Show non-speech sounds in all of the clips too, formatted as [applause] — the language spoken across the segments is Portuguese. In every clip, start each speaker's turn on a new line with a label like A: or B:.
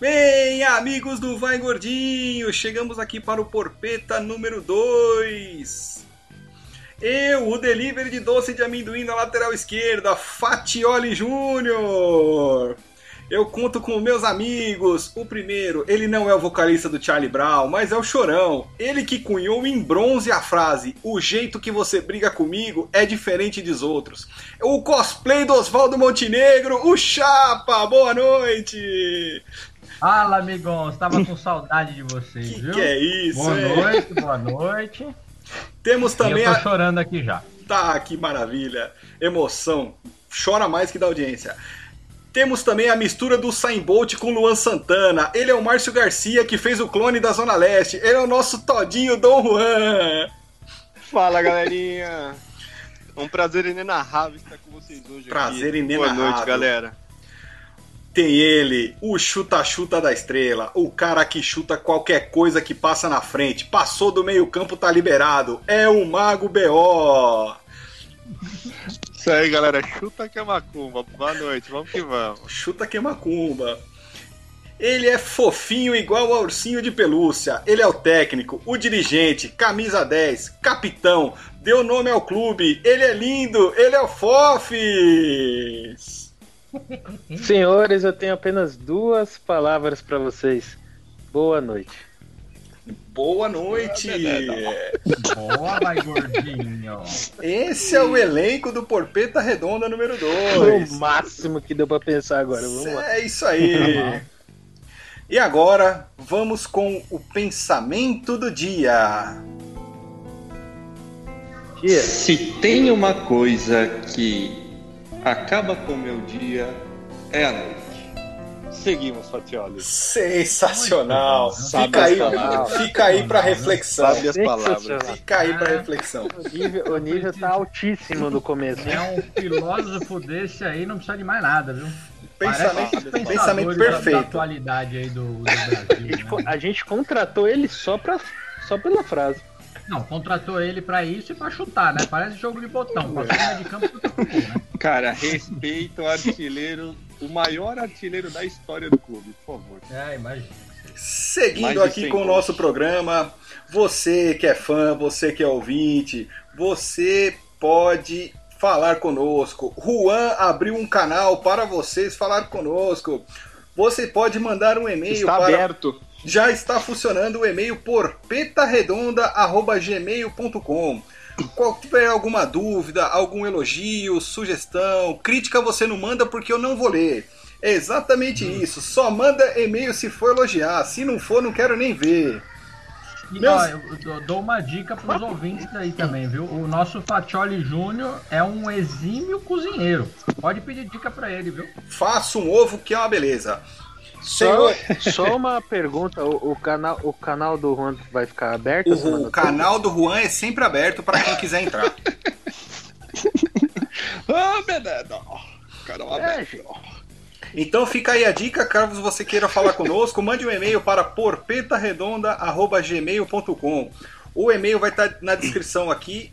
A: Bem, amigos do Vai Gordinho, chegamos aqui para o Porpeta número 2. Eu, o delivery de doce de amendoim na lateral esquerda, Fatioli Júnior. Eu conto com meus amigos. O primeiro, ele não é o vocalista do Charlie Brown, mas é o Chorão. Ele que cunhou em bronze a frase: O jeito que você briga comigo é diferente dos outros. O cosplay do Oswaldo Montenegro, o Chapa. Boa noite.
B: Fala, amigão, estava
A: [laughs]
B: com saudade de vocês,
A: Que
B: viu?
A: que é isso,
B: boa
A: hein?
B: noite, boa noite.
A: Temos [laughs] também
B: eu tô
A: a.
B: chorando aqui já.
A: Tá, que maravilha. Emoção. Chora mais que da audiência. Temos também a mistura do Sain Bolt com Luan Santana. Ele é o Márcio Garcia que fez o clone da Zona Leste. Ele é o nosso todinho Dom Juan.
C: Fala galerinha! É um prazer inenarrável estar com vocês hoje.
A: Prazer
C: aqui.
A: inenarrável.
C: Boa noite, galera.
A: Tem ele, o chuta-chuta da estrela, o cara que chuta qualquer coisa que passa na frente. Passou do meio-campo, tá liberado. É o Mago BO.
C: Isso aí, galera. Chuta que é macumba. Boa noite, vamos que vamos.
A: Chuta que é macumba. Ele é fofinho igual a ursinho de pelúcia. Ele é o técnico, o dirigente, camisa 10, capitão, deu nome ao clube. Ele é lindo, ele é o Fofis.
D: Senhores, eu tenho apenas duas palavras pra vocês. Boa noite.
A: Boa noite.
D: É
B: Boa, vai gordinho.
A: Esse é o elenco do Porpeta Redonda número
D: Foi
A: 2.
D: o máximo que deu pra pensar agora. Vamos lá.
A: É isso aí.
B: Tá bom.
D: [laughs]
A: E agora vamos com o pensamento do dia.
D: Tia,
E: Se tem uma coisa que acaba com o meu dia, é a noite.
C: Seguimos, Fatioli.
A: Sensacional.
B: Muito bom,
E: né?
A: Fica
E: Sabe as
A: aí, fica
D: palavras.
A: aí para reflexão.
C: Sabe as palavras.
A: Fica aí para reflexão.
D: o nível, o nível tá altíssimo no começo.
B: É um filósofo desse aí, não precisa de mais nada, viu?
A: Pensamento,
B: Parece um pensador
A: pensamento
B: da- Da
A: perfeito.
B: atualidade aí do, do
D: A gente,
A: [laughs]
B: Brasil,
D: co-
B: né?
D: a gente contratou ele só, pra, só pela frase.
B: Não, contratou ele pra isso e pra chutar, né? Parece jogo de botão.
A: É.
B: Pra cima de campo, chuta pro gol, né?
C: Cara, respeita o artilheiro, o maior artilheiro da história do clube, por favor.
B: É, imagina.
A: Seguindo
C: Mais de
A: aqui
C: 100
A: com o
C: gols.
A: nosso programa, você que é fã, você que é ouvinte, você pode falar conosco. Juan abriu um canal para vocês falar conosco. Você pode mandar um e-mail
C: Está
A: para
C: aberto.
A: Já está funcionando o e-mail por petaredonda.gmail.com. Qualquer alguma dúvida, algum elogio, sugestão, crítica você não manda porque eu não vou ler. É exatamente isso. Só manda e-mail se for elogiar. Se não for, não quero nem ver.
B: E,
A: Meus-
B: ó, eu eu dou- dou uma dica pros ouvintes aí também, viu? O nosso Fatioli Júnior é um exímio cozinheiro. Pode pedir dica pra ele, viu?
A: Faça um ovo que é uma beleza.
D: Só,
A: Senhor,
D: só uma pergunta: o, o canal, o canal do Juan vai ficar aberto? tá- a semana
A: o,
D: toda?
A: o canal do Juan é sempre aberto para quem quiser entrar.
C: Ah, Beneda! Cara, uma
D: É,
C: merda.
D: gente.
A: Então fica aí a dica, caso você queira falar conosco, mande um e-mail para porpetaredonda@gmail.com. O e-mail vai estar na descrição aqui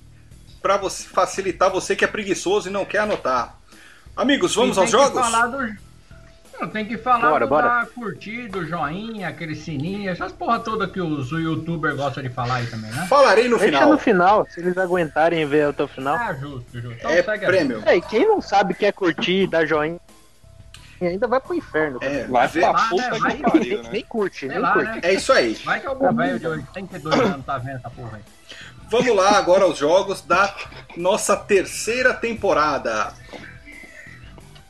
A: para você facilitar você que é preguiçoso e não quer anotar. Amigos, vamos
B: E
A: aos
B: tem que
A: jogos?
B: falar do- Não, tem que falar
D: Bora,
B: do
D: bora.
B: dar curtido, joinha, aquele sininho, essas porra toda que os youtubers gostam de falar aí também, né?
A: Falarei no
D: Deixa
A: final. É
D: no final, se eles aguentarem ver até o final.
B: Ah, justo, justo. Então
A: É
B: segue aí.
A: prêmio.
D: É, e quem não sabe que é curtir, dar joinha, ainda vai pro inferno.
A: É,
C: Vai
A: vê-
C: pra
B: Vai,
C: puta
B: né?
C: que
B: Vai.
C: pariu, né?
D: Nem curte,
B: Sei
D: nem
B: lá,
D: curte.
B: né?
A: é isso aí.
B: Vai que algum velho de 82 anos tá vendo essa porra aí.
A: Vamos lá agora aos jogos da nossa terceira temporada.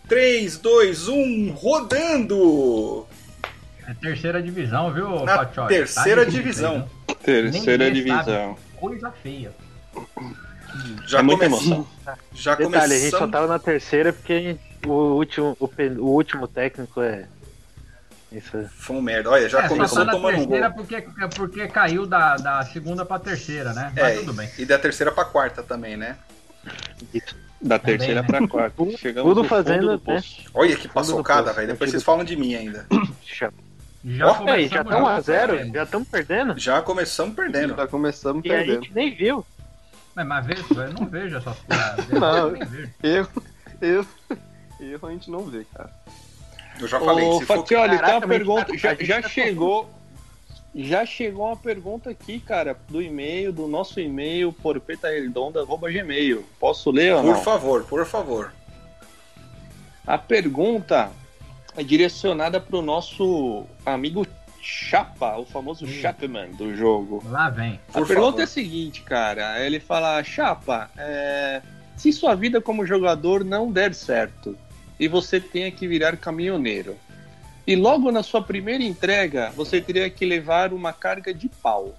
A: 3, 2, 1, rodando!
B: É terceira divisão, viu,
A: Na
B: Fatioli?
A: terceira
B: difícil aí,
A: divisão.
B: né?
C: Terceira
B: Ninguém sabe.
C: divisão.
B: Coisa feia.
A: Já
C: é muita
A: começamos-
C: emoção.
A: Já
D: Detalhe, a gente só
A: começamos.
D: tava na terceira porque a gente- o, último, o, pen- o último técnico é. Isso.
A: Foi um merda. Olha, já
B: é,
A: começou
B: só tá na
A: tomando um gol.
B: terceira porque, porque caiu da, da segunda pra terceira, né? Mas
A: É,
B: tudo bem.
A: E da terceira pra quarta também, né?
C: Da terceira
B: Também,
C: pra quarta.
D: né? Tudo-
C: Chegamos
D: tudo
C: no fundo
D: fazendo, né?
C: do poço.
A: Olha que
D: Fundo do
A: paçocada,
D: poço,
A: velho. Depois
D: fundo
A: vocês
D: do
A: falam de mim ainda.
D: Já,
B: Já,
A: Ó,
D: aí, já tá
B: começamos né?
D: estão
B: já.
D: 1x0? Já estamos perdendo?
A: Já começamos perdendo.
E: Já começamos
D: E a
E: perdendo.
D: gente nem viu.
B: Mas, mas vejo, eu não vejo essas
D: [laughs]
B: coisas.
E: Não.
B: Eu nem vejo.
E: Erro, erro, erro a gente não vê, cara.
A: Eu já falei.
C: Ô,
A: se for-
C: Fatioli, tem
D: Caraca,
C: uma
D: mas
C: pergunta.
D: tá-
C: Já,
D: a gente
C: já
D: tá
C: chegou. Já chegou uma pergunta aqui, cara, do e-mail, do nosso e-mail, porpetaredonda.gmail. Posso ler ou
A: Por
C: não?
A: favor, por favor.
C: A pergunta é direcionada para o nosso amigo Chapa, o famoso Chapman do jogo.
B: Lá vem.
A: Por
C: a pergunta
A: favor.
C: é a seguinte, cara. Ele fala, Chapa, é, se sua vida como jogador não der certo e você tenha que virar caminhoneiro, e logo na sua primeira entrega você teria que levar uma carga de pau.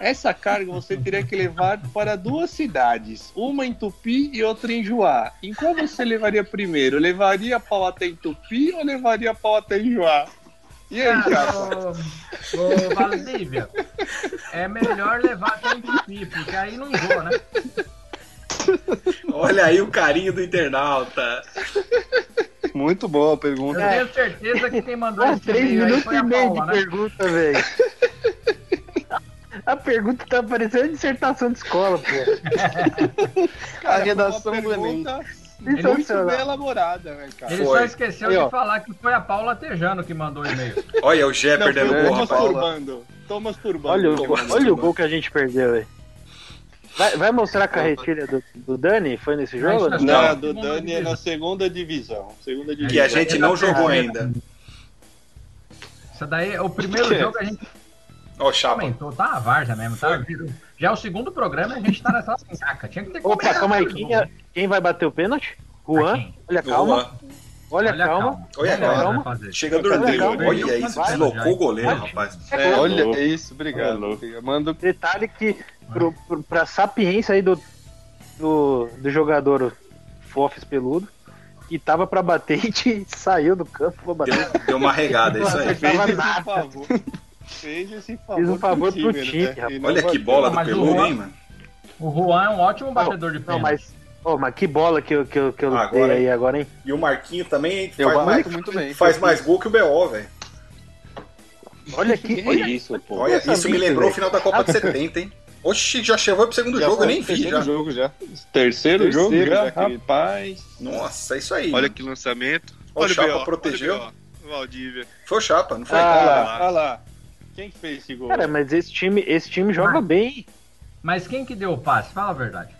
C: Essa carga você teria que levar para duas cidades, uma em Tupi e outra em Juá. Em qual você levaria primeiro? Levaria pau até em Tupi ou levaria pau até em Juá? E aí, Chapa?
B: Cara, ô, ô, Valdívia, é melhor levar até em Tupi, porque aí não vou, né?
A: Olha aí o carinho do internauta.
C: Muito boa a
B: Eu
C: pergunta.
B: tenho certeza que quem mandou
D: Ah,
B: esse
D: É. três
B: e-mail aí
D: minutos
B: foi
D: e
B: a
D: meio
B: Paula,
D: de
B: né?
D: pergunta, velho. A pergunta tá parecendo dissertação de escola, pô.
C: Cara,
D: A redação
C: foi uma
D: do Enem.
C: pergunta É muito
D: Sensacional.
C: bem elaborada, né, cara?
B: Ele
A: Foi.
B: só esqueceu
D: Aí,
B: de
D: ó.
B: falar que foi a Paula Tejano que mandou o e-mail.
A: Olha o Jé
C: Não,
A: perdendo
C: foi
D: é,
C: o
A: gol,
C: Thomas
A: rapaz.
D: Paulo.
C: Turbando. Thomas Turbando.
D: Olha o,
C: Thomas
D: gol-
C: Turbando.
D: olha o gol que a gente perdeu, velho. Vai, vai mostrar a carretilha do, do Dani? Foi nesse jogo?
B: Mas-
C: Não,
A: Não.
C: a do Dani é na segunda divisão. Segunda divisão.
A: Que a gente não jogou ainda.
B: Isso daí, é o primeiro jogo a gente
A: Ó, o Chapa.
B: comentou, tá na várzea mesmo, tá? Já é o segundo programa e a gente tá nessa saca. Tinha que ter
D: Opa,
B: começado
D: calma aí.
B: o
D: Quem,
B: jogo.
D: é- quem vai bater o pênalti? Juan?
B: Aqui.
D: Olha, calma.
A: Boa.
D: Olha,
B: Olha,
D: calma.
B: calma.
A: Olha,
B: Olha,
A: calma.
B: vai fazer.
A: Chega dormindo.
D: Legal,
A: Olha
B: legal.
A: isso,
D: Vai,
A: deslocou
B: vai.
A: o goleiro,
D: Vai.
A: rapaz.
C: É, olha é isso,
A: Tá
E: É
C: obrigado. um
E: louco.
C: Eu mando
D: Detalhe que pro, pro, pra sapiência aí do, do, do jogador Fofes Peludo, que tava pra bater [laughs] e te saiu do campo pra
A: Deu,
D: bater.
A: deu uma regada, é isso aí.
D: Não
C: fez
D: tava
C: [laughs] esse
D: nada.
C: favor. Fez esse favor.
D: Fiz um favor pro
C: né?
D: time,
C: E
D: rapaz.
C: não
A: Olha que
C: bateu.
A: bola do
B: Mas o
A: Peludo,
B: Juan-
A: hein, mano?
B: O Juan é um ótimo batedor de
D: Não,
B: pênalti.
D: mas, oh, mas que bola que eu, que eu, que eu
A: Agora,
D: dei aí agora, hein?
A: E o Marquinho também
C: Eu
A: faz mais,
D: é
C: bato muito bem.
A: faz mais gol que o B.O., velho.
D: Olha que.
C: Olha isso, pô.
A: Olha,
D: Pensa
A: isso me
D: muito,
A: lembrou o
D: velho.
A: final da Copa de 70, hein? Oxi, já chegou pro segundo jogo, eu nem vi já.
C: jogo já. Terceiro, jogo
E: Terceiro
C: já,
E: já, querido.
C: rapaz.
A: Nossa, é isso aí.
F: Olha
A: mano.
F: que lançamento.
A: Ó, o
F: Olha
A: Chapa
F: B.O.,
A: protegeu.
F: olha o B.O., Valdívia.
A: Foi o Chapa, não foi?
C: Olha
D: Ah,
C: lá, olha lá. Quem que fez esse gol?
D: cara, mas esse time, esse time joga
B: Mas-
D: bem.
B: Mas quem que deu o passe? Fala a verdade.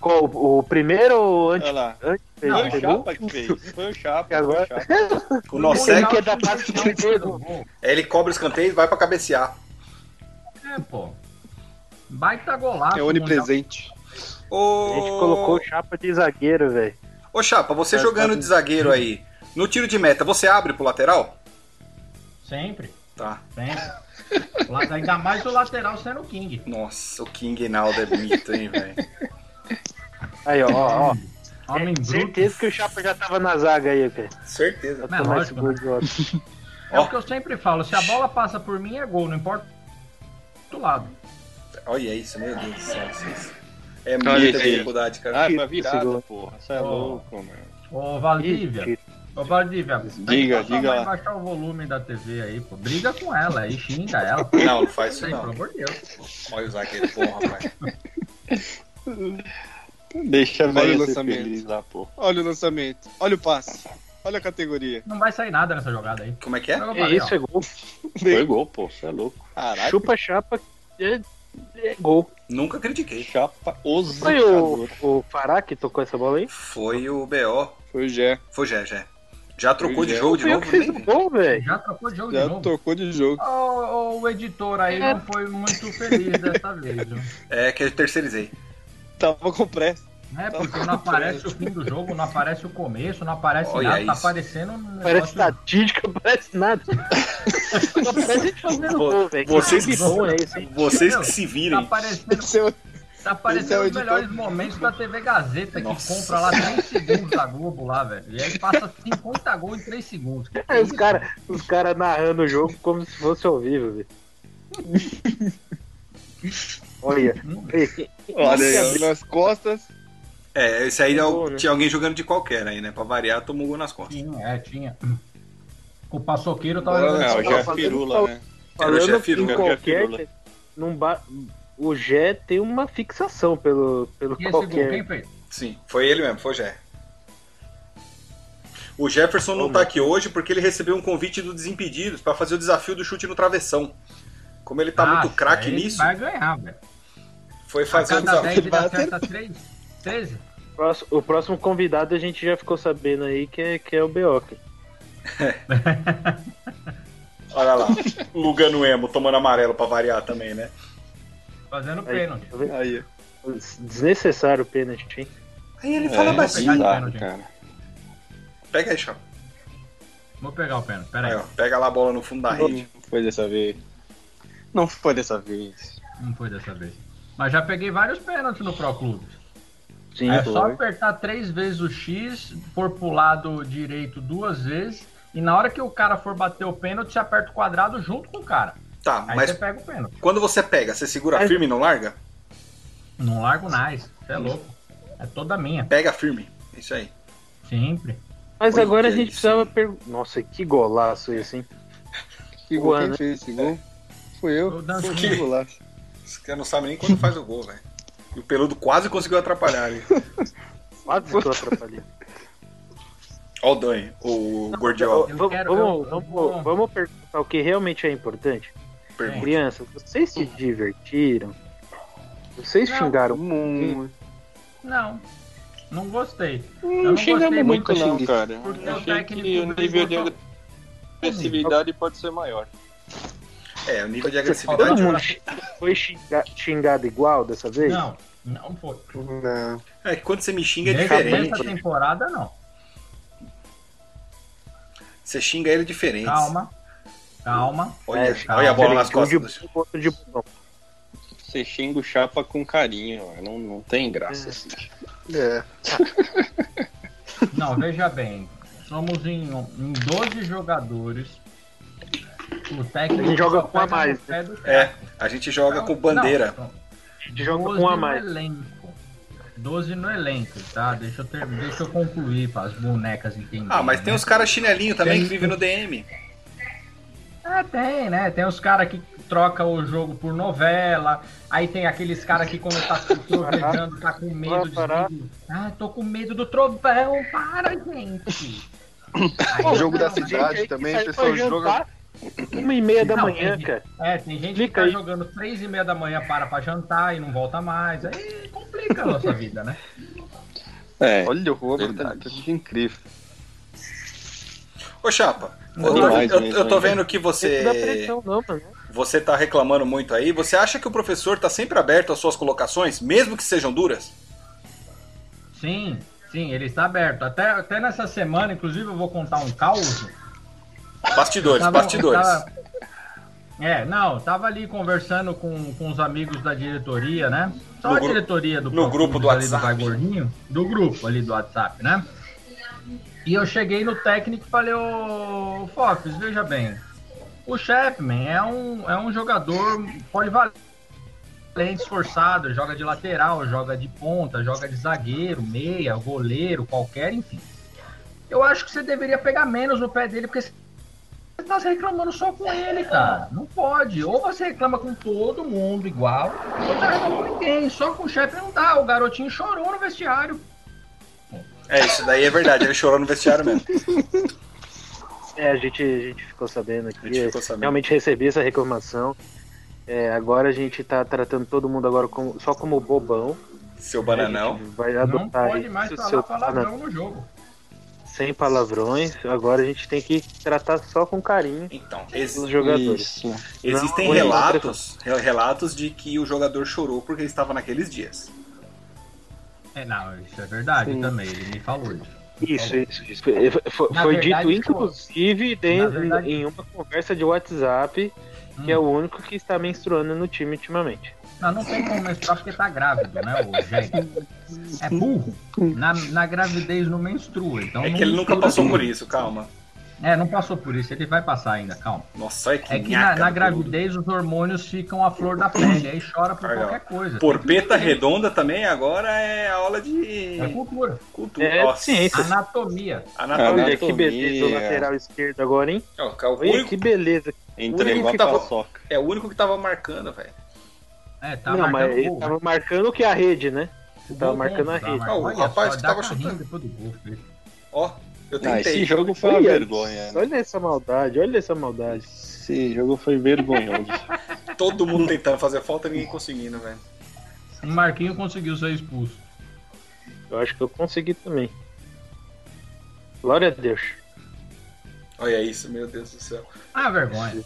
D: Qual, o primeiro ou antes?
C: Olha lá.
D: Fez,
C: Foi o
D: pegou?
C: Chapa que fez. Foi o Chapa. Foi um o
D: Agora-
C: Chapa.
A: o
D: Ele
A: Nosek,
D: quer dar passe pro Diego.
A: é, ele cobra os canteiros e vai pra cabecear.
B: É, pô. Baita golaço.
C: É onipresente.
A: Ô,
D: A gente colocou o chapa de zagueiro, velho.
A: Ô Chapa, você jogando de zagueiro aí, no tiro de meta, você abre pro lateral?
B: mundial. Sempre,
A: Tá.
B: sempre. Lá- Ainda mais o lateral sendo o King.
A: Nossa, o King Naldo é bonito, hein, velho?
D: Aí, ó, ó. ó.
B: Homem
D: É,
B: bruto.
D: certeza que o chapa já tava na zaga aí, velho.
A: Certeza.
B: Mas é
D: Tomar esse
B: lógico,
D: gol
B: né?
D: idiota.
B: É
A: Ó.
B: o que eu sempre falo. Se a bola passa por mim, é gol. Não importa do lado.
A: Olha isso, meu Deus do céu. isso- isso. É
F: Olha
A: muita
F: aí.
A: dificuldade, cara.
C: Ah, é pra
D: Esse
C: virada,
D: gol.
C: porra. Você é
B: Ó.
C: louco, mano.
B: Ô,
D: Ih,
B: Valdívia.
D: tiro.
B: Ô, Valdívia. pede
C: Diga,
B: pra sua
C: diga
B: mãe
C: lá.
B: tá baixar o volume da TV aí, pô. Briga com ela aí, xinga
E: [laughs]
B: ela.
A: Não, não faz isso
B: Isso aí, pelo
A: não.
B: amor de Deus.
A: Olha o zagueiro bom, rapaz.
C: Deixa a
E: Olha
C: velha
E: o
C: ser
E: lançamento.
C: feliz lá, pô.
E: Olha o lançamento, olha o passe, olha a categoria.
B: Não vai sair nada nessa jogada aí.
A: Como é que é?
B: Como eu
D: É
B: falei,
D: isso, é gol.
C: Foi gol, pô. Você é louco.
E: Caralho,
D: Chupa chapa é, é gol.
A: Nunca critiquei.
C: Chapa os
D: Foi o, o Fará que tocou essa bola aí?
A: Foi o B.O.
E: foi o Gé.
A: Foi o Gé, Gé. Já trocou
E: Foi o
A: de
E: Gé.
A: jogo de
D: Foi eu
A: novo?
D: que fiz
A: Nem
D: o
A: vi.
D: gol, velho.
B: Já trocou de jogo de
E: Já
B: novo.
E: tocou de jogo.
B: Ô, ô, o editor aí não foi muito feliz dessa vez, viu?
A: É que eu terceirizei.
E: Tava com pressa.
B: É, porque não
E: né?
B: aparece o fim do jogo, não aparece o começo, não aparece
A: Olha
B: nada, tá
A: isso.
B: aparecendo um negócio-
D: Parece estatística, parece nada.
B: [laughs]
D: Só parece gente
A: Vo-
D: fazendo gol, velho.
A: vocês que-
D: que bom é esse, hein?
A: Vocês
B: Não,
A: que se
B: Tá
A: virem.
B: aparecendo,
E: Esse é o-
B: tá aparecendo
E: esse é o
B: os
E: editor.
B: melhores momentos da TV Gazeta, que
A: Nossa.
B: compra lá 3 segundos da Globo lá, velho. E aí passa 50 gols em 3 segundos. Que
D: É, os
B: isso,
D: caras os cara narrando o jogo como se fosse ao vivo,
B: [laughs]
D: velho. Olha.
B: Hum.
E: Olha aí, ó, nas costas.
A: É, esse aí é
D: Gol,
A: o...
D: né?
A: tinha alguém jogando de qualquer aí, né? Pra variar, tomou gol nas costas.
B: Tinha, é, tinha. O paçoqueiro tava
C: Não,
B: jogando.
C: não, já é
D: fazendo
C: firula,
D: tal-
C: né?
A: Era o Jé
D: Falando
A: Firula,
D: em
A: Jé né?
D: qualquer.
C: Firula.
D: Não ba... O Gé tem uma fixação pelo, pelo
B: E esse gol,
D: qualquer.
B: quem fez?
A: Sim, foi ele mesmo, foi o Gé. O Jefferson não tá aqui hoje porque ele recebeu um convite do Desimpedidos para fazer o desafio do chute no travessão. Como ele tá muito
B: Nossa,
A: craque
B: Ah, ele
A: nisso,
B: Vai ganhar, velho.
A: foi
B: A
A: fazer o
B: cada
A: desafio.
B: 10 ele
C: Vai
B: acerta 3? 13?
D: Próximo- O próximo convidado a gente já ficou sabendo aí que é, que é o Beoca.
A: Olha [laughs] lá. Lugano Emo tomando amarelo pra variar também, né?
B: Fazendo
D: Aí.
B: pênalti.
C: Aí,
D: Desnecessário o pênalti, hein?
A: Aí ele
C: é,
A: fala baixinho.
B: baixinho.
C: bizarro, cara.
A: Pega aí, chapa.
B: Vou pegar o pênalti, pera
A: Aí,
B: aí.
A: ó. Pega lá a bola no fundo da
C: Não
A: rede.
C: foi dessa vez. Não foi dessa vez.
B: Não foi dessa vez. Mas já peguei vários pênaltis no Pro Clube.
D: Sim,
B: É
C: foi.
B: só apertar três vezes o X, for pro lado direito duas vezes, e na hora que o cara for bater o pênalti, você aperta o quadrado junto com o cara.
A: Tá,
B: Aí
A: mas
B: você pega o pênalti.
A: quando você pega, você segura
D: Mas-
A: firme e não larga?
B: Não largo mais. Você é louco. É toda minha.
A: Pega firme. É Isso aí.
B: Sempre.
D: Mas
A: Oi,
D: agora a
A: que é
D: gente
A: isso?
D: precisava perguntar. Nossa, que golaço esse, hein?
C: Que gol
D: Boa,
C: quem
D: né?
C: fez esse gol? Fui eu.
B: Eu dancei.
C: Foi que golaço.
A: Esse cara não sabe nem quando faz o gol, velho. E o Peludo quase conseguiu atrapalhar ali.
D: Quase que eu atrapalhei.
A: [laughs] Ó o Dani, o Gordiola.
B: [laughs] Eu
D: Vamos,
B: quero-
D: vamos,
B: eu-
D: vamos-
B: eu-
D: vamos perguntar o que realmente é importante.
B: É.
A: Pergunta.
D: Crianças, vocês se divertiram? Vocês
B: Não.
D: xingaram
C: Hum,
B: Não. Não gostei.
C: Não,
B: Eu não
C: xingamos
B: gostei
C: Hum, muito,
B: muito,
C: não,
D: xinguei.
C: cara.
B: Porque
C: Eu
B: o
C: achei
B: técnico
C: que o
B: do
C: nível de
B: Liverpool-
C: agressividade pode ser maior.
A: É, o nível de
D: Todo
A: agressividade.
D: mundo foi xinga- xingado igual dessa vez?
B: Não, não foi.
C: Não.
A: É, que quando você me xinga é
B: Nessa nessa
A: diferente.
B: temporada, não.
A: Você xinga ele diferente.
B: Calma. Calma.
A: Olha,
D: É,
A: olha a bola
D: peraí,
A: nas
D: um de
A: costas. do
D: bom, outro de bom.
C: Você xinga o chapa com carinho, ó. não, não tem graça.
D: É.
C: Assim.
B: Não, veja bem. Somos em, um, em 12 jogadores. O técnico.
D: A gente joga
B: só
D: com a
B: pega no
D: mais,
B: pé do
A: É, a gente joga
B: Então,
A: com bandeira.
B: não,
D: A gente joga
B: 12
D: com um a
B: no
D: mais.
B: elenco. 12 no elenco, tá? Deixa eu, ter, deixa eu concluir para as bonecas entenderem.
A: Ah, mas
B: né?
A: tem uns caras chinelinho também
B: Tem-
A: que vivem no DM.
B: Ah, tem, né? Tem os caras que trocam o jogo por novela. Aí tem aqueles caras que quando tá se trovejando, tá com medo de.
D: Parar.
B: Ah, tô com medo do trovão, para, gente!
F: O jogo da
B: Não, mas-
F: cidade também, o pessoal joga.
D: Uma e meia da
B: Não,
D: manhã,
B: tem-
D: cara.
B: É, tem gente que
D: Explica
B: tá
D: aí.
B: jogando três e meia da manhã, para pra jantar e não volta mais. Aí complica a nossa vida, né?
C: É,
F: Olha o horror, tá,
C: Verdade.
F: tá tudo incrível.
A: Ô, Chapa,
B: Não,
A: eu, tô-
C: demais
A: eu-
C: mesmo,
A: eu tô
C: hein?
A: vendo que
D: Não né? dá então.
A: você,
D: pressão, não, mano.
A: você tá reclamando muito aí. Você acha que o professor tá sempre aberto às suas colocações, mesmo que sejam duras?
B: Sim, sim, ele está aberto. Até, até nessa semana, inclusive, eu vou contar um caos.
A: Bastidores,
B: Tava-
A: bastidores.
B: tava- É, não, tava ali conversando com, com os amigos da diretoria, né? Só
A: No
B: a
A: gru-
B: diretoria do
A: no
B: Proclubes
A: grupo do
B: ali
A: WhatsApp.
B: Vai Gordinho, do grupo ali do WhatsApp, né? E eu cheguei no técnico e falei, ô Fofes, veja bem, o Chapman é um, é um jogador polivalente, esforçado, joga de lateral, joga de ponta, joga de zagueiro, meia, goleiro, qualquer, enfim. Eu acho que você deveria pegar menos no pé dele, porque você tá se reclamando só com ele, cara. Não pode. Ou você reclama com todo mundo igual, ou você reclama com ninguém. Só com o chefe não dá. O garotinho chorou no vestiário.
A: É, isso daí é verdade. Ele chorou no vestiário mesmo.
D: É, a gente, a gente ficou sabendo
A: A
D: aqui.
A: gente
D: é,
A: ficou sabendo.
D: Realmente recebi essa reclamação. É, agora a gente tá tratando todo mundo agora como- só como bobão. É,
A: Seu
D: A
A: bananão.
D: gente vai
B: não
D: adotar
B: pode
D: isso,
B: mais falar
D: seu
B: palavrão
D: bananão
B: no jogo.
D: sem palavrões. Agora a gente tem que tratar só com carinho
A: Então, ex-
D: os jogadores.
C: isso.
A: existem
D: Não,
A: relatos, re- relatos de que o jogador chorou porque ele estava naqueles dias.
B: É, não, isso é verdade
C: Sim.
B: também. Ele me falou isso.
D: Isso, isso, isso. Foi, foi-
B: É. Na
D: foi
B: verdade, tipo,
D: dito, inclusive,
B: na
D: dentro-
B: verdade- Hum.
D: em uma conversa de WhatsApp, que é o único que está menstruando no time ultimamente.
B: Não, não tem como menstruar porque tá grávido, né, o Jegue? É burro. Na, na gravidez não menstrua. Então
A: É
B: não
A: que ele nunca
B: menstrua.
A: passou por isso, calma.
B: É, não passou por isso. Ele vai passar ainda, calma.
A: Nossa, olha que
B: É que na,
A: nhaca
B: na
A: do Peludo.
B: gravidez os hormônios ficam à flor da pele, aí chora por
A: Aí, ó.
B: qualquer coisa.
A: Porpeta redonda também agora é aula de
B: É cultura.
A: cultura.
D: É Ah,
A: Nossa,
D: ciência.
B: Anatomia.
C: Ah,
A: Anatomia.
D: Olha que
C: Anatomia.
D: beleza o lateral esquerdo agora, hein?
A: Ó, o cara- o
D: Olha
A: único-
D: que beleza.
C: Entregou
A: que
C: a
A: tava-
C: paçoca.
A: é o único que tava marcando, velho.
B: É, tá
D: Não, mas
B: marcando
D: ele
B: gol.
D: tava marcando o que? A rede, né?
B: O
D: tava
B: gol
D: marcando
B: contra,
D: a
B: tá
D: rede.
B: marcando.
A: Ah, o
B: Olha
A: rapaz
B: só,
A: que
B: dá
A: tava
B: carrinho
A: chutando.
B: depois do gol, filho.
A: Ó, Eu
C: Ah, esse
A: tentei.
C: jogo foi uma
D: Olha,
C: vergonha. né?
D: Olha essa maldade, olha essa maldade.
C: Esse jogo
A: [laughs]
C: foi vergonhoso.
A: Todo mundo tentando fazer falta, ninguém conseguindo, velho.
B: O Marquinho Um conseguiu ser expulso.
D: Eu acho que eu consegui também. Glória a Deus.
A: Olha isso, meu Deus do céu.
B: Ah, vergonha.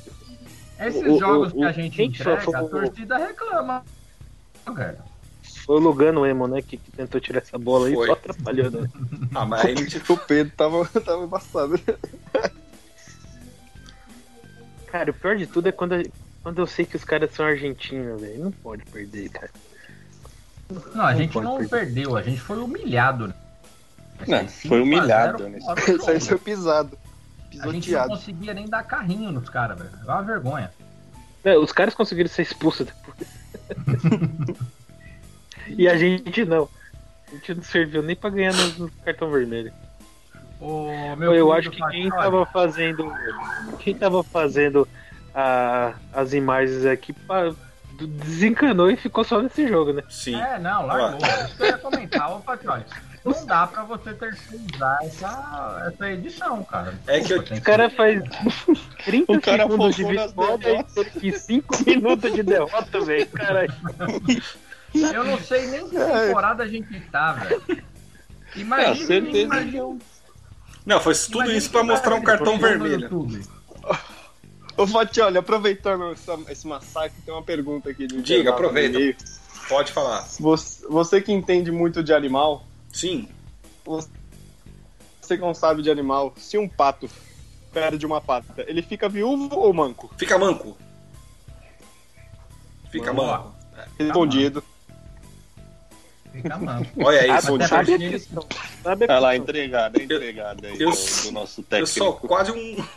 B: Esses
D: O- o-
B: jogos
D: o-
B: que a gente
D: quem que
B: entrega,
D: sofreu
B: a
D: o-
B: torcida reclama. Cara.
D: Foi o Lugano Emo, né? Que, que tentou tirar essa bola aí,
A: Foi.
D: só atrapalhou, né?
A: Ah, mas aí não tinha...
F: O Pedro tava, [laughs] tava embaçado.
D: Cara, o pior de tudo é quando, quando eu sei que os caras são argentinos, velho. Não pode perder, cara.
B: Não, a gente
D: pode
B: não
D: perder.
B: perdeu, a gente foi humilhado. né?
C: Não,
B: Assim,
C: foi humilhado
B: 5 a 0
C: nesse-
B: fora do
F: Isso aí
B: jogo.
F: foi pisado.
B: A gente não
F: Pisoteado.
B: conseguia nem dar carrinho nos caras, velho. É uma vergonha.
D: É, os caras conseguiram ser expulsos depois. e a gente não. A gente não serviu nem pra ganhar no, no cartão vermelho.
B: Ô, meu
D: Eu
B: querido
D: acho que quem
B: Fatioli,
D: tava fazendo. Quem tava fazendo a- as imagens aqui pa- desencanou e ficou só nesse jogo, né?
A: Sim.
B: É, não, largou. Isso que eu ia comentar, ô Fatioli. Não dá pra você terceirizar essa, essa edição, cara.
A: É que eu-
B: tem
D: O cara
C: [laughs]
D: faz 30
C: O cara
D: segundos de
C: focou nas
D: vitória
C: derrotas.
D: e teve 5 minutos de derrota, velho. Caralho.
B: Eu não sei nem que temporada a gente tá, velho.
C: Ah,
B: Imagina,
C: certeza
B: imagina-
C: que eu-
A: Não, foi tudo
B: imagina
A: isso pra
B: que
A: mostrar um
B: vai-
A: cartão
B: vai no
A: vermelho.
B: YouTube.
F: Ô, Fati, olha, aproveitando essa- esse massacre, tem uma pergunta aqui. De um
A: Diga,
F: internauta
A: aproveita.
F: no e-mail.
A: Pode falar.
F: Você, você que entende muito de animal,
A: Sim.
F: você que não sabe de animal, se um pato perde uma pata, ele fica viúvo ou manco?
A: Fica manco. Fica
B: Vamos lá.
A: manco.
F: Respondido.
B: Fica manco.
A: Olha
F: Ah,
D: Ah,
A: isso.
B: Até
F: Respondido.
B: porque
D: Sabe a
B: eles-
D: questão, sabe a
C: Vai lá,
D: questão.
C: entregada, entregada aí
A: eu-
C: do, do nosso
A: Eu
C: é técnico.
A: sou quase um.
D: então.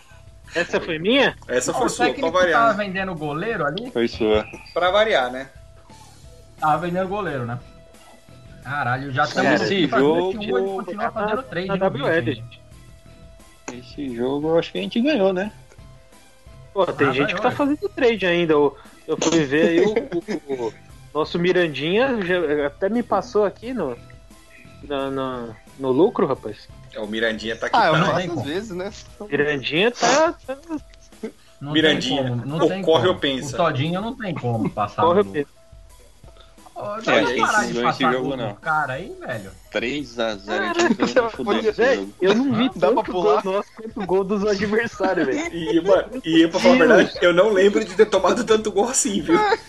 D: Essa foi minha?
A: Essa foi
B: o
A: sua, pra
B: técnico tá- que tava
A: variar. né?
B: vendendo goleiro ali,
C: Foi sua.
A: Pra variar, né?
B: tava vendendo goleiro, né? Caralho, já
A: É,
B: tá estamos
C: Esse
B: aqui fazendo
C: jogo-
B: aqui um, ele continua fazendo três.
D: tá Na
B: de novo,
D: WL,
B: gente.
C: Esse jogo eu acho que a gente ganhou, né?
D: Pô, tem
B: Ah,
D: gente
B: vai,
D: que tá
B: vai.
D: fazendo trade ainda. Eu, eu fui ver aí o, o- o nosso Mirandinha já- até me passou aqui no, na- na- no lucro, rapaz.
A: É, o Mirandinha tá aqui.
F: Ah, eu
A: pra-
B: não,
F: faço
B: tem como.
F: às vezes,
B: [laughs]
F: né?
D: Mirandinha tá, tá
B: Não
A: Mirandinha.
B: tem como, não
A: Ou
B: tem
A: corre
B: como.
A: ou pensa.
B: O Todinho não tem como passar.
D: corre
B: do-
D: o peso.
B: Ô,
C: É,
B: deixa eu
C: esse-
B: parar de
C: esse
B: passar
C: jogo
B: gol
C: não.
B: do cara aí, velho.
F: É,
C: 3x0 a gente
B: tá
C: ganhou fudendo esse
D: Véi,
C: jogo.
D: Eu não vi
F: tá né? Dá pra
D: tanto
F: pular?
D: gol nosso quanto gol dos adversários, velho.
A: E, mano, e pra falar a verdade, eu não lembro de ter tomado tanto gol assim, viu?
B: É,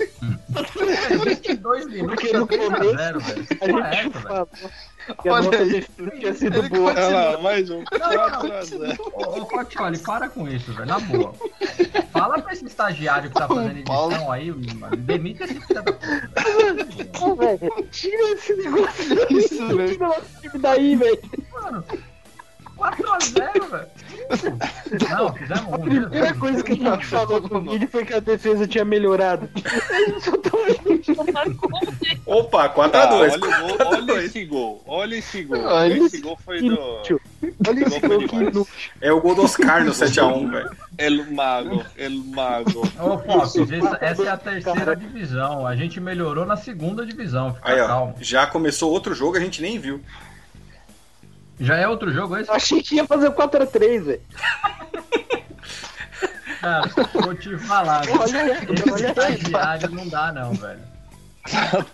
B: 22 minutos,
D: Porque no
B: 3 a
D: começo-
B: 0, velho.
D: A
B: Porra é
D: gente
B: essa, velho?
D: falou que a
F: Olha
D: nossa
F: aí.
D: defesa tinha sido
F: Ele
D: boa.
C: Olha lá, mais um.
B: Não, não,
C: 4x0.
B: Ô, ô Fatioli, para com isso, velho. Na boa. Fala pra esse estagiário que tá fazendo edição aí, mano, demite esse filho da puta. velho.
F: [laughs]
D: Pô, velho, Tira esse negócio daí,
F: Isso, velho.
D: tira nosso time daí, velho.
B: Mano, 4x0, velho. Não, fizemos um.
D: A
B: Jesus.
D: primeira coisa que a gente [laughs] falou no vídeo foi que a defesa tinha melhorado. Eles só tão vendo que tomaram gol.
A: Opa,
C: Ah,
A: 4x2.
C: olha, o gol, olha esse gol, olha esse gol. esse gol foi do.
D: Inútil. Olha esse gol que inútil.
A: É o gol do Oscar no 7x1, velho.
C: El Mago, El Mago. [laughs]
B: Ô, Focus, essa, essa é a terceira divisão. A gente melhorou na segunda divisão. Fica
A: Aí, ó.
B: calmo.
A: Já começou outro jogo, a gente nem viu.
B: Já é outro jogo esse?
D: Eu achei que ia fazer o 4x3, velho.
B: Cara, vou te falar. velho.
D: Olha aí,
B: Esse
D: olha aí.
B: estagiário não dá, não, velho.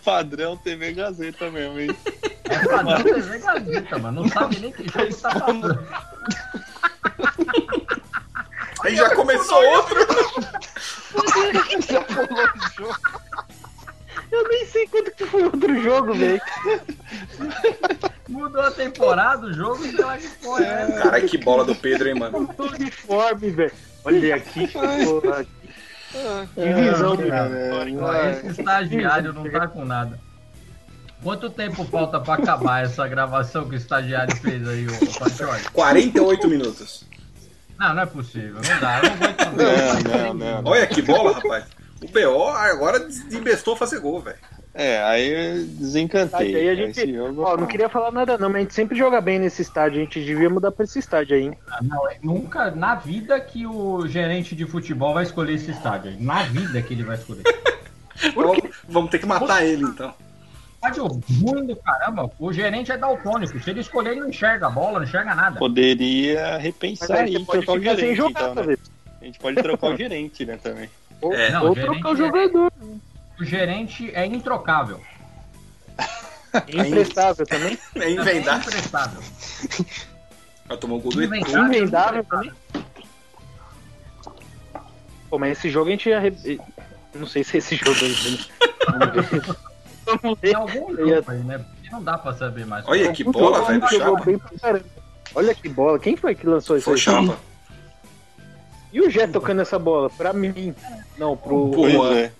C: Padrão TV Gazeta mesmo, hein?
B: É padrão TV Gazeta, mano. Não sabe nem que jogo tá passando.
A: Aí já começou outro.
D: Eu nem sei quanto que foi outro jogo, velho.
B: Mudou a temporada, o jogo, sei lá que porra é essa.
A: Caralho, que bola do Pedro, hein, mano.
D: Do uniforme, velho. Olha aqui, porra.
B: Ah,
D: Divisão do
B: Ó, É, Esse estagiário não tá com nada. Quanto tempo falta pra acabar essa gravação que o estagiário fez aí, ô Patrioli?
A: 48 minutos.
B: Não, não é possível. Não dá, eu não aguento
C: Não,
B: ver.
C: não, não, não.
A: Olha que bola, rapaz. O BO agora desembestou fazer gol, velho.
C: É, aí eu desencantei.
D: Aí a gente-
C: Esse jogo,
D: Ó, não queria falar nada não, mas a gente sempre joga bem nesse estádio. A gente devia mudar pra esse estádio aí, hein?
B: Não, é nunca na vida que o gerente de futebol vai escolher esse estádio. Na vida que ele vai escolher.
A: Então, vamos ter que matar ele, então.
B: estádio ruim do caramba. O gerente é daltônico. Se ele escolher, ele não enxerga a bola, não enxerga nada.
G: Poderia repensar
D: aí
G: aí,
D: você pode
G: trocar o
D: ficar sem
G: gerente.
D: jogar,
G: então, né?
D: talvez.
G: A gente pode
F: [laughs]
G: trocar o gerente, né, também.
D: Ou,
A: É,
B: não,
D: ou
B: o gerente
D: trocar o
B: é-
D: jogador.
B: O gerente é introcável.
D: É imprestável também.
A: É
B: Inventável.
A: invendável. Vai tomar o gol do Eto.
B: Inventável.
D: Invendável também. Pô, mas esse jogo a gente ia. re- Não sei se esse jogo. a gente-
B: Tem algum jogo aí, né? Porque Não dá pra saber mais.
A: Olha que bola, velho. do
D: Jogou
A: Chapa.
D: bem pra caramba. Olha que bola. Quem foi que lançou isso
A: Foi o
D: aí?
A: Chapa.
D: E o Jé tocando essa bola? Pra mim. Não, pro.
A: Pô,
G: Pois
A: mano.
G: é.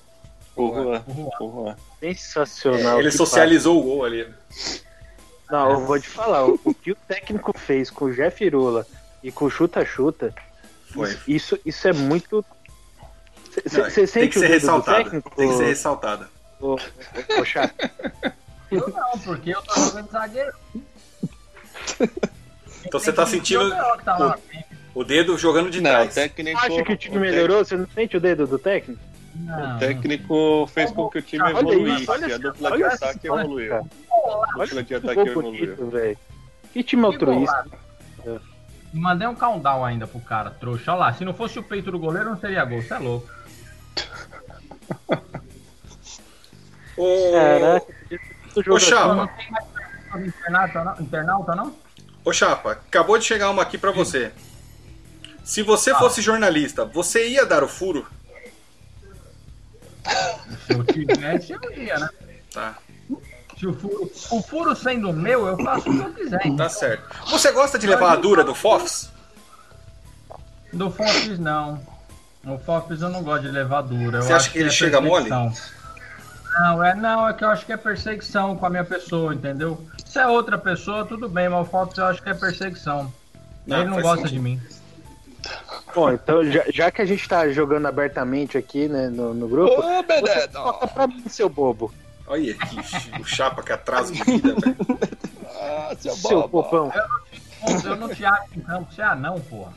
G: Porra,
B: O Juan.
G: porra.
D: Sensacional.
A: É, Ele
D: que
A: socializou o gol ali.
D: passe. Não, eu vou te falar. O o que o técnico fez com o Jé Firula e com o Chuta-Chuta,
A: Foi.
D: isso, isso é muito.
A: Não,
D: Você
A: tem
D: sente
A: que
D: o
A: ser
D: dedo do
A: ressaltada.
D: técnico?
A: Tem que ser ressaltada.
D: ô- ô- ô,
A: [laughs]
D: Chapa?
B: Eu não, porque eu tô jogando zagueiro.
A: Então você tá sentindo
B: Que tá lá.
A: o dedo jogando de
G: Não, o
A: trás.
G: técnico.
D: acha que o time
G: o
D: melhorou? Você não sente o dedo do técnico?
B: Não,
G: O técnico fez com que o time
D: Ah, Olha
G: evoluísse.
D: isso, olha
G: A
D: isso,
G: dupla de
D: olha isso,
G: ataque
D: olha
G: evoluiu.
D: cara.
G: A dupla de
A: Tá
D: Que
G: ataque
D: gol
G: evoluiu.
D: bonito, Um velho. Que time
B: Que
D: altruísta.
B: bolado. Mandei um countdown ainda pro cara, trouxa. Olha lá, se não fosse o peito do goleiro, não seria gol. Você é louco.
A: Ô,
D: Caraca. esse
A: ô,
D: jogador-
B: Não
A: Chapa,
B: tem mais internauta, não? internauta, não?
A: ô Chapa, acabou de chegar uma aqui pra você. Se você fosse jornalista, você ia dar o furo?
B: Se eu tivesse, eu ia, né?
A: Tá,
B: Se o furo, o furo sendo meu, eu faço o que eu quiser. então.
A: tá certo. Você gosta de levar a dura do Fofs?
B: Do Fofis, não. O Fofis eu não gosto de levadura.
A: Você acha que ele chega
B: Não, é não, é que eu acho que é perseguição com a minha pessoa, entendeu? Se é outra pessoa, tudo bem, mas o Fofis eu acho que é perseguição.
A: Não,
B: ele não
A: faz
B: gosta
A: sentido.
B: de mim.
D: Bom, então, já, já que a gente tá jogando abertamente aqui, né, no, no grupo,
C: Ô, Benedo!
D: toca pra mim, seu bobo.
A: Olha que o Chapa que atrasa de vida, velho.
C: Ah, seu
D: Seu
C: bobo!
D: bobão.
B: Pô, Eu não te acho em campo, você é anão, porra.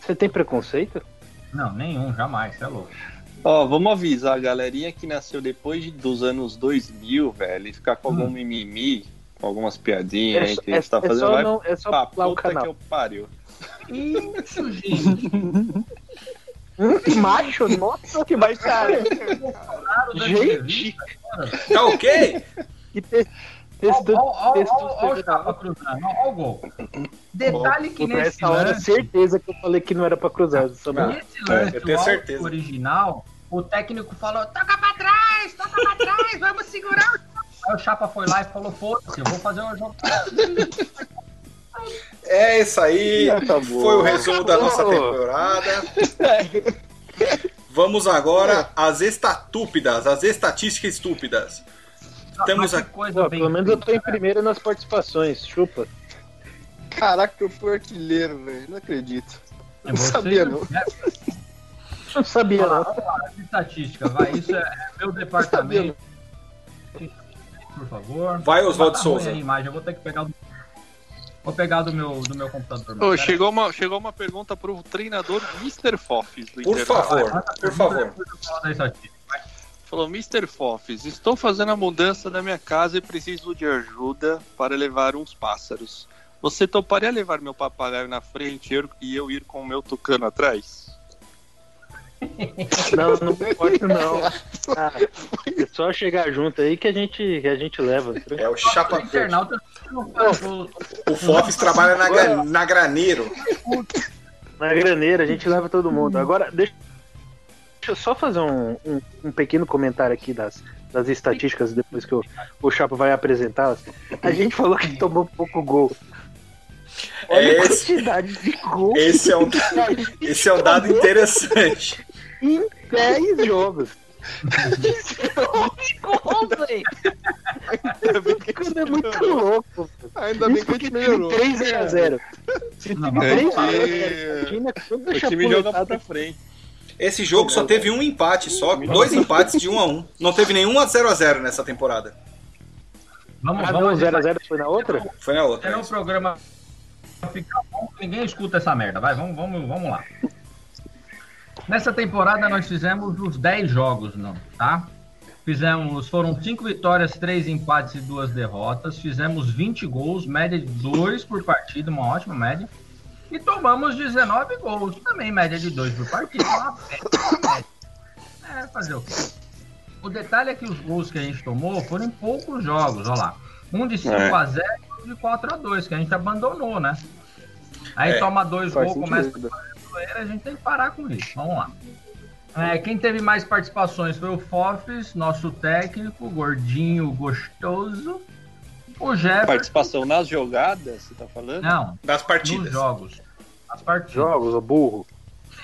D: Você tem preconceito?
B: Não, nenhum, jamais, você é louco.
G: Ó, vamos avisar a galerinha que nasceu depois de- dos anos 2000, velho, e ficar com algum mimimi, com algumas piadinhas aí que a gente tá
D: é
G: fazendo,
D: só,
G: vai
D: não, é só
G: pra
D: lá o
G: puta que
D: canal.
G: eu pariu.
B: Isso, gente.
D: Hum, que macho, nossa, que macho.
B: Bolsonaro dando
D: Gente.
B: entrevista.
A: Tá ok?
D: Que te,
B: Tá
D: testo,
B: Olha o
D: testosterona.
B: Chapa cruzando, olha o gol. Detalhe que
D: Puta,
B: nesse
D: essa hora,
B: lance,
D: certeza que eu falei que não era pra cruzar. Essa bola.
B: nesse lance
A: Tá, eu
B: o
A: tenho
B: áudio
A: certeza.
B: original, o técnico falou, toca pra trás, toca pra trás, vamos segurar. o [laughs] jogo." Aí o Chapa foi lá e falou, foda-se, eu vou fazer o jogo.
A: É isso aí.
C: Acabou.
A: Foi o resumo da nossa temporada. Vamos agora às estatúpidas, às estatísticas estúpidas. Temos
B: Mas
A: a-
B: que coisa
D: Ó,
B: bem
D: pelo menos eu tô em
B: feita.
D: primeira nas participações, chupa.
F: Caraca, eu fui artilheiro, velho. Não acredito.
B: É,
F: não
B: você-
F: sabia, não.
D: Não sabia, não.
B: Estatística, vai, isso é é meu departamento. Por favor.
A: Vai, Oswaldo
B: Tá ruim
A: Souza.
B: a imagem, eu vou ter que pegar o... Vou pegar do meu, do meu computador.
C: Ô,
B: Pera-
C: chegou, uma, chegou uma pergunta pro treinador Mr. Fofis do
A: Por
C: Internacional.
A: favor,
B: Manda a
A: por
B: pergunta,
A: favor.
B: depois eu falo da estatística.
C: Falou, Mr. Fofis, estou fazendo a mudança da minha casa e preciso de ajuda para levar uns pássaros. Você toparia levar meu papagaio na frente e eu- e eu ir com o meu tucano atrás?
D: Não, não importa não. [laughs] Ah, é só chegar junto aí que a gente, que a gente leva.
A: É o Chapa
B: O
A: Verde.
B: internauta não faz o-
A: O Fofis trabalha na, gra- na Graneiro.
D: Na graneira a gente leva todo mundo. Agora, deixa, deixa eu só fazer um, um, um pequeno comentário aqui das, das estatísticas depois que o, o Chapo vai apresentá-las. A gente falou que tomou pouco gol. Olha a
A: Esse,
D: quantidade de gol
A: esse é um,
D: que a gente
A: esse é um dado
D: tomou
A: interessante.
D: em 10 jogos.
H: 11 gols, velho.
D: Isso é muito louco.
F: Ainda bem que a gente melhorou.
D: 3x0.
B: Não, mas-
D: 3x0. Imagina quanta
G: O time joga
D: chapuletada
G: pra frente.
A: Esse jogo só teve um empate só, dois empates de 1 a 1. Não teve nenhum a 0 a 0 nessa temporada.
B: Vamos,
D: Ah,
B: vamos.
D: não, 0x0 foi na outra?
A: Foi na
B: Será
A: outra.
B: um programa pra ficar bom, que ninguém escuta essa merda. Vai, vamos, vamos, vamos lá. Nessa temporada nós fizemos os 10 jogos, não, tá? Fizemos, foram cinco vitórias, três empates e duas derrotas. Fizemos 20 gols, média de dois por partida, uma ótima média. E tomamos 19 gols, também média de dois por partida. Uma média. É, fazer o quê? O detalhe é que os gols que a gente tomou foram em poucos jogos, olha lá. Um de 5
G: É.
B: a 0 e outro de 4 a 2 que a gente abandonou, né? Aí
A: É,
B: toma dois
F: faz
B: gols, começa
F: sentido.
B: a fazer zoeira, a gente tem que parar com isso. Vamos lá. É, quem teve mais participações foi o Fofes, nosso técnico, gordinho, gostoso. O Jefferson.
G: Participação nas jogadas, você tá falando?
B: Não,
A: Das
B: nos
A: partidas.
B: jogos. As partidas,
D: Jogos, ô burro.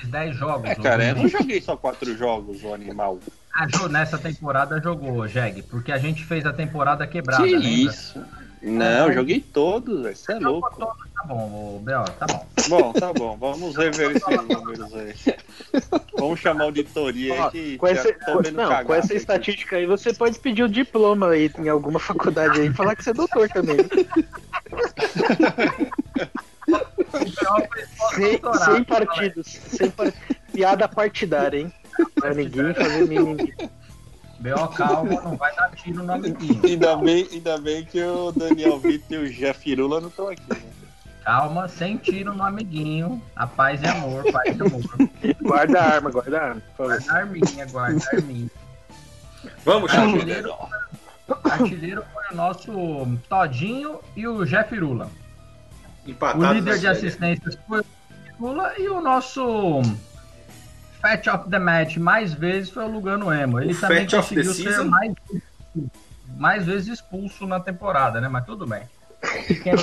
B: 10 jogos.
G: É, cara, eu
B: ô,
C: Uhum.
G: não joguei só quatro jogos, o animal.
B: a Jo- Ah, nessa temporada jogou, Jeg, porque a gente fez a temporada quebrada.
G: que
B: lembra?
G: isso? Não, eu joguei todos, velho. Você é
B: Não,
G: louco.
B: todos, Tá bom, ô, Bel, tá bom.
G: Bom, tá bom, vamos rever esses números aí. Vamos chamar a auditoria
D: Ó,
G: aí que
D: Com
G: já
D: essa,
G: tô vendo né,
D: não, com
G: cagada
D: essa
G: aqui.
D: estatística aí, você pode pedir o diploma aí em alguma faculdade aí e falar que você é doutor também. [laughs] sem, sem partidos. Sem par- Piada partidária, hein? Pra ninguém fazer mimimi.
B: Bel, calma, não vai dar tiro no amiguinho.
G: Ainda bem, ainda bem que o Daniel Vitor e o Jafirula não estão aqui. Né?
B: Calma, sem tiro no amiguinho. A paz e amor, paz e amor.
D: [laughs] Guarda a arma, guarda a arma. por favor.
B: Guarda a arminha, guarda a arminha.
A: Vamos,
B: Tá.
A: Chapa.
B: Artilheiro, artilheiro foi o nosso Todinho e o Jeff Rula. O
A: Empatado.
B: líder
A: na
B: de
A: série.
B: assistências foi o Lula e o nosso Fat of the Match mais vezes foi o Lugano Emo. Ele
A: O
B: também
A: Fat of the
B: conseguiu ser
A: Season?
B: mais, mais vezes expulso na temporada, né? Mas tudo bem. Pequeno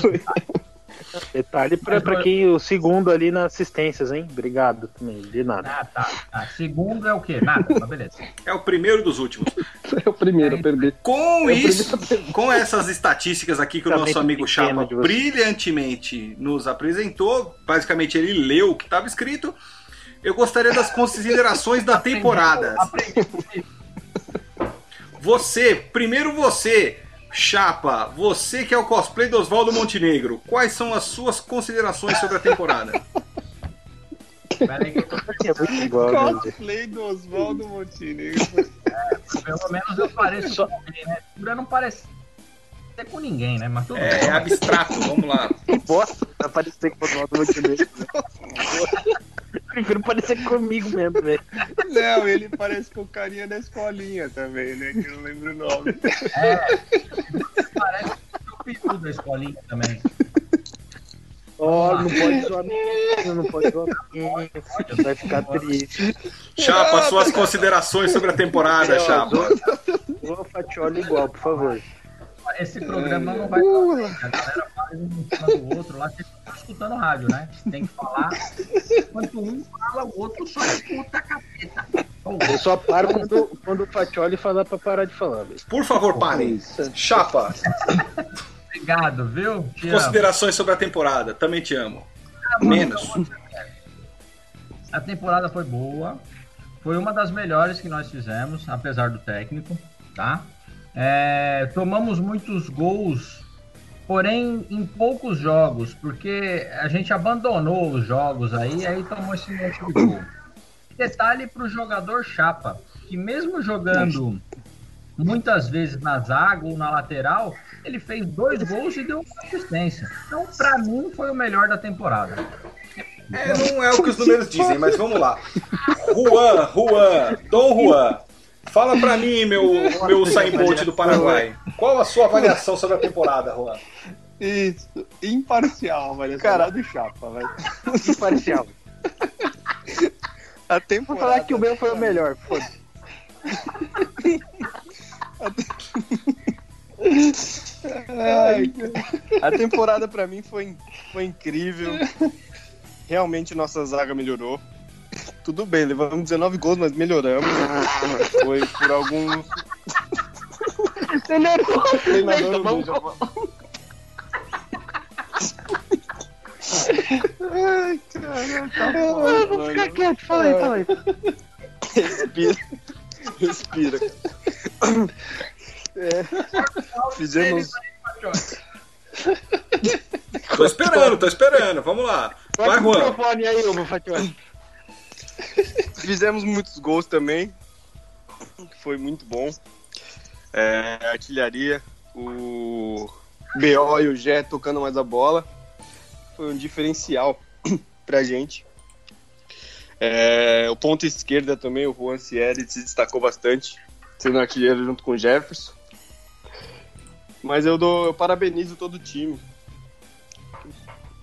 D: Detalhe pra, pra quem o segundo ali nas assistências, hein? Obrigado também, de nada.
B: Ah, tá, tá. Segundo é o quê? Nada, mas beleza.
A: É o primeiro dos últimos.
F: [laughs] É o primeiro, eu perdi.
A: Com
F: É o
A: isso, com essas estatísticas aqui que o
D: Tá
A: nosso
D: bem
A: amigo
D: pequeno
A: Chapa
D: de você.
A: brilhantemente nos apresentou, basicamente ele leu o que estava escrito. Eu gostaria das considerações
B: [laughs]
A: da temporada.
B: Aprendi.
A: Você, primeiro você, Chapa, você que é o cosplay do Oswaldo Montenegro, quais são as suas considerações sobre a temporada?
B: Pera aí que eu tô
D: É muito igual, né, gente?
G: Cosplay do Oswaldo Montenegro.
B: Pelo menos eu pareço com alguém, né? Segura não parece ser com ninguém, né? Mas tudo
A: É, é
B: bem.
A: abstrato, vamos lá.
D: Que bosta pra parecer com o Ronaldo Montenegro. Prefiro parecer comigo mesmo, velho.
G: Não, ele parece com o carinha da escolinha também, né? Que eu não lembro o nome.
B: Parece o peru da escolinha também.
D: Ó, não pode [laughs] zoar menino, não pode zoar menino. Você vai ficar triste.
A: Chapa, suas considerações sobre a temporada, Chapa.
D: Zoa o Fatioli igual, por favor.
B: Esse programa não vai pra frente. A galera faz um em cima do outro lá. Vocês estão escutando rádio, né? Tem que falar. Enquanto um fala, o outro só escuta a capeta. Pô,
D: Eu só paro quando, quando o Fatioli falar pra parar de falar, velho.
A: Por favor, parem. Chapa,
B: obrigado, tá viu? Te amo.
A: considerações sobre a temporada, também te amo.
B: Ah, mano,
A: Menos.
B: A temporada foi boa. Foi uma das melhores que nós fizemos, apesar do técnico, tá? É, tomamos muitos gols, porém em poucos jogos, porque a gente abandonou os jogos aí, aí tomou esse monte de gol. Detalhe para o jogador chapa, que mesmo jogando muitas vezes na zaga ou na lateral, ele fez dois gols e deu uma assistência. Então, para mim, foi o melhor da temporada.
A: É, não é o que os números dizem, mas vamos lá. Juan, Juan, Dom Juan, fala pra mim, meu, meu Usain Bolt do Paraguai. Qual a sua avaliação sobre a temporada, Juan?
G: Isso, imparcial, velho. Cara do Chapa, velho.
D: Imparcial.
G: A
D: Vou
G: temporada,
D: falar que o meu foi o melhor, foda-se.
F: Ai, cara. a temporada pra mim foi, foi incrível. Realmente nossa zaga melhorou. Tudo bem, levamos 19 gols, mas melhoramos. Foi por alguns.
H: Melhorou.
F: treinador
H: Tomou um
F: do Japão. tá
H: Ah, vou ficar quieto. Fala aí, fala aí.
F: Respira. Respira. É. Fizemos.
A: Tô esperando, tô esperando, vamos lá. Vai,
D: Bota o
A: Juan.
D: microfone aí, ô Fatioli.
F: Fizemos muitos gols também. que Foi muito bom. é, artilharia, o BO e o Jé tocando mais a bola. Foi um diferencial [clears throat] pra gente. É, o ponto esquerda também, o Juan Sierra, se destacou bastante, sendo artilheiro junto com o Jefferson. Mas eu, dou, eu parabenizo todo o time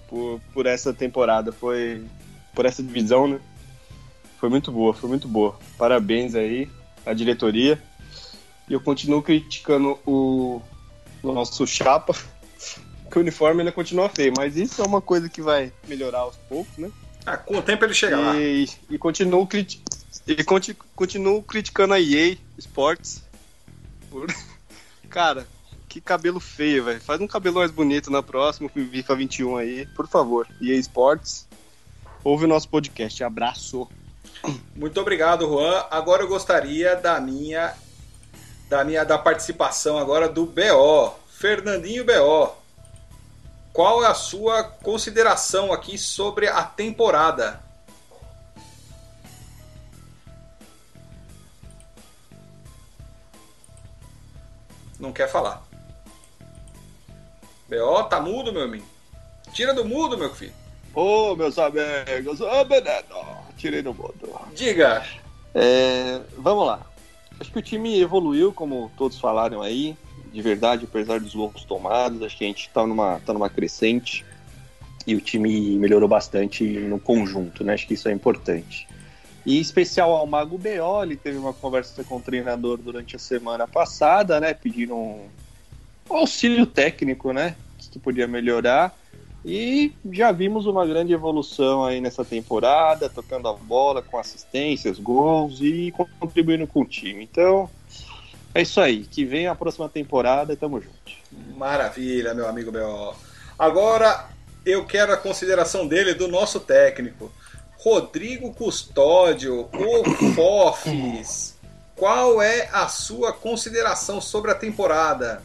F: por, por essa temporada, foi por essa divisão, né? Foi muito boa, foi muito boa. Parabéns aí à diretoria. E eu continuo criticando o nosso chapa, [laughs] que o uniforme ainda continua feio, mas isso é uma coisa que vai melhorar aos poucos, né?
A: Ah, com o tempo ele chega
F: e,
A: lá.
F: E continuo, criti e conti continuo criticando a EA Sports. por- [laughs] Cara, que cabelo feio, velho. Faz um cabelo mais bonito na próxima FIFA 21 aí, por favor. EA Sports, ouve o nosso podcast. Abraço.
A: Muito obrigado, Juan. Agora eu gostaria da minha da minha da participação agora do BO, Fernandinho BO. Qual é a sua consideração aqui sobre a temporada? Não quer falar. BO tá mudo, meu amigo. Tira do mudo, meu filho.
C: Ô, meus amigos, ô, Benedito, tirei no mundo.
A: Diga.
C: É, vamos lá. Acho que o time evoluiu, como todos falaram aí, de verdade, apesar dos gols tomados. Acho que a gente tá numa, tá numa crescente e o time melhorou bastante no conjunto, né? Acho que isso é importante. E em especial ao Mago Beoli, teve uma conversa com o treinador durante a semana passada, né? Pedindo um auxílio técnico, né? O que que podia melhorar. E já vimos uma grande evolução aí nessa temporada, tocando a bola com assistências, gols e contribuindo com o time. Então, é isso aí. Que vem a próxima temporada e tamo junto.
A: Maravilha, meu amigo B.O. Agora eu quero a consideração dele do nosso técnico. Rodrigo Custódio, o Fofis. Qual é a sua consideração sobre a temporada?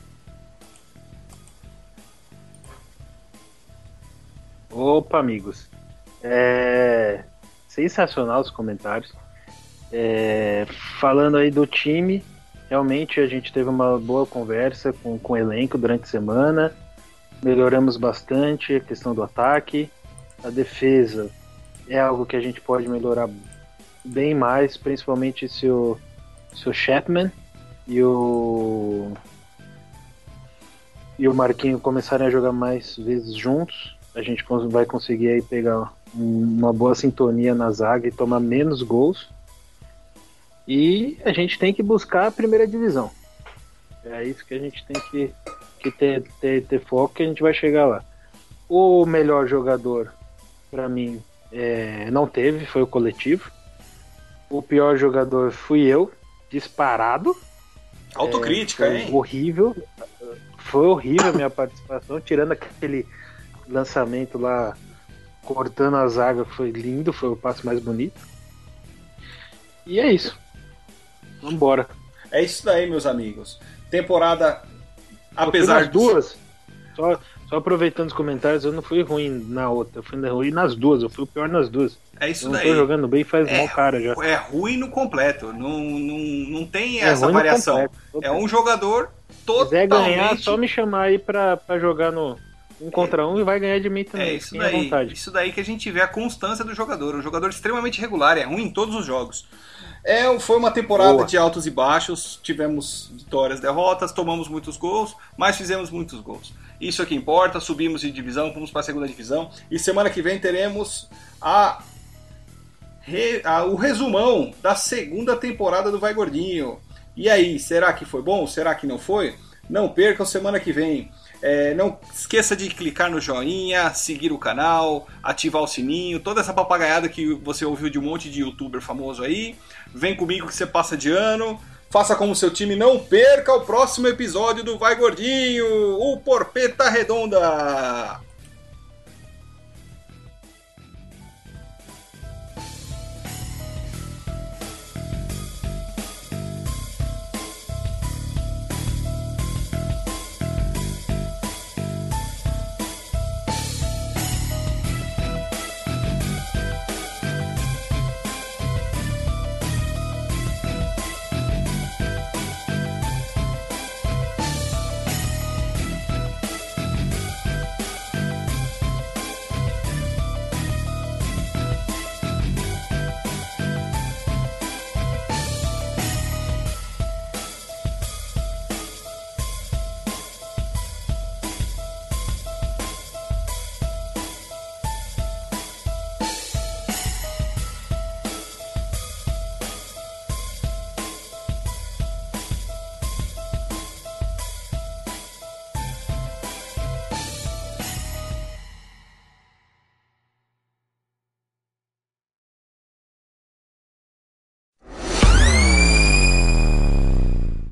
D: Opa, amigos. É, Sensacional os comentários. É, Falando aí do time, realmente a gente teve uma boa conversa com, com o elenco durante a semana. Melhoramos bastante a questão do ataque. A defesa é algo que a gente pode melhorar bem mais, principalmente se o, se o Chapman e o, e o Marquinho começarem a jogar mais vezes juntos a gente cons- vai conseguir aí pegar um- uma boa sintonia na zaga e tomar menos gols. E a gente tem que buscar a primeira divisão. É isso que a gente tem que, que ter, ter, ter foco que a gente vai chegar lá. O melhor jogador, para mim, é, não teve, foi o coletivo. O pior jogador fui eu, disparado.
A: Autocrítica,
D: Foi
A: hein?
D: Horrível. Foi horrível
A: [coughs]
D: a minha participação, tirando aquele lançamento lá, cortando a zaga, que foi lindo, foi o passo mais bonito. E é isso. Vambora.
A: É isso daí, meus amigos. Temporada, apesar
D: das
A: de
D: duas. Só, só aproveitando os comentários, eu não fui ruim na outra, eu fui ruim nas duas, eu fui o pior nas duas.
A: É
D: Eu
A: isso
D: não
A: daí.
D: tô jogando bem faz
A: É,
D: mal cara já.
A: É ruim no completo. Não, não, não tem
D: É
A: essa
D: ruim no
A: variação.
D: completo. Tô
A: É um jogador
D: Se quiser
A: totalmente.
D: ganhar, só me chamar aí pra, pra jogar no um contra um e vai ganhar de mim também.
A: É isso
D: fiquem à
A: daí.
D: vontade.
A: Isso daí que a gente vê a constância do jogador. Um jogador extremamente regular, é ruim em todos os jogos. É, foi uma temporada
D: Boa.
A: de altos e baixos. Tivemos vitórias, derrotas, tomamos muitos gols, mas fizemos muitos gols. Isso é que importa. Subimos de divisão, fomos para a segunda divisão. E semana que vem teremos a, re- a- o resumão da segunda temporada do Vai Gordinho. E aí, será que foi bom? Será que não foi? Não percam semana que vem. É, não esqueça de clicar no joinha, seguir o canal, ativar o sininho, toda essa papagaiada que você ouviu de um monte de youtuber famoso aí. Vem comigo que você passa de ano. Faça como seu time, não perca o próximo episódio do Vai Gordinho, o Porpeta Redonda.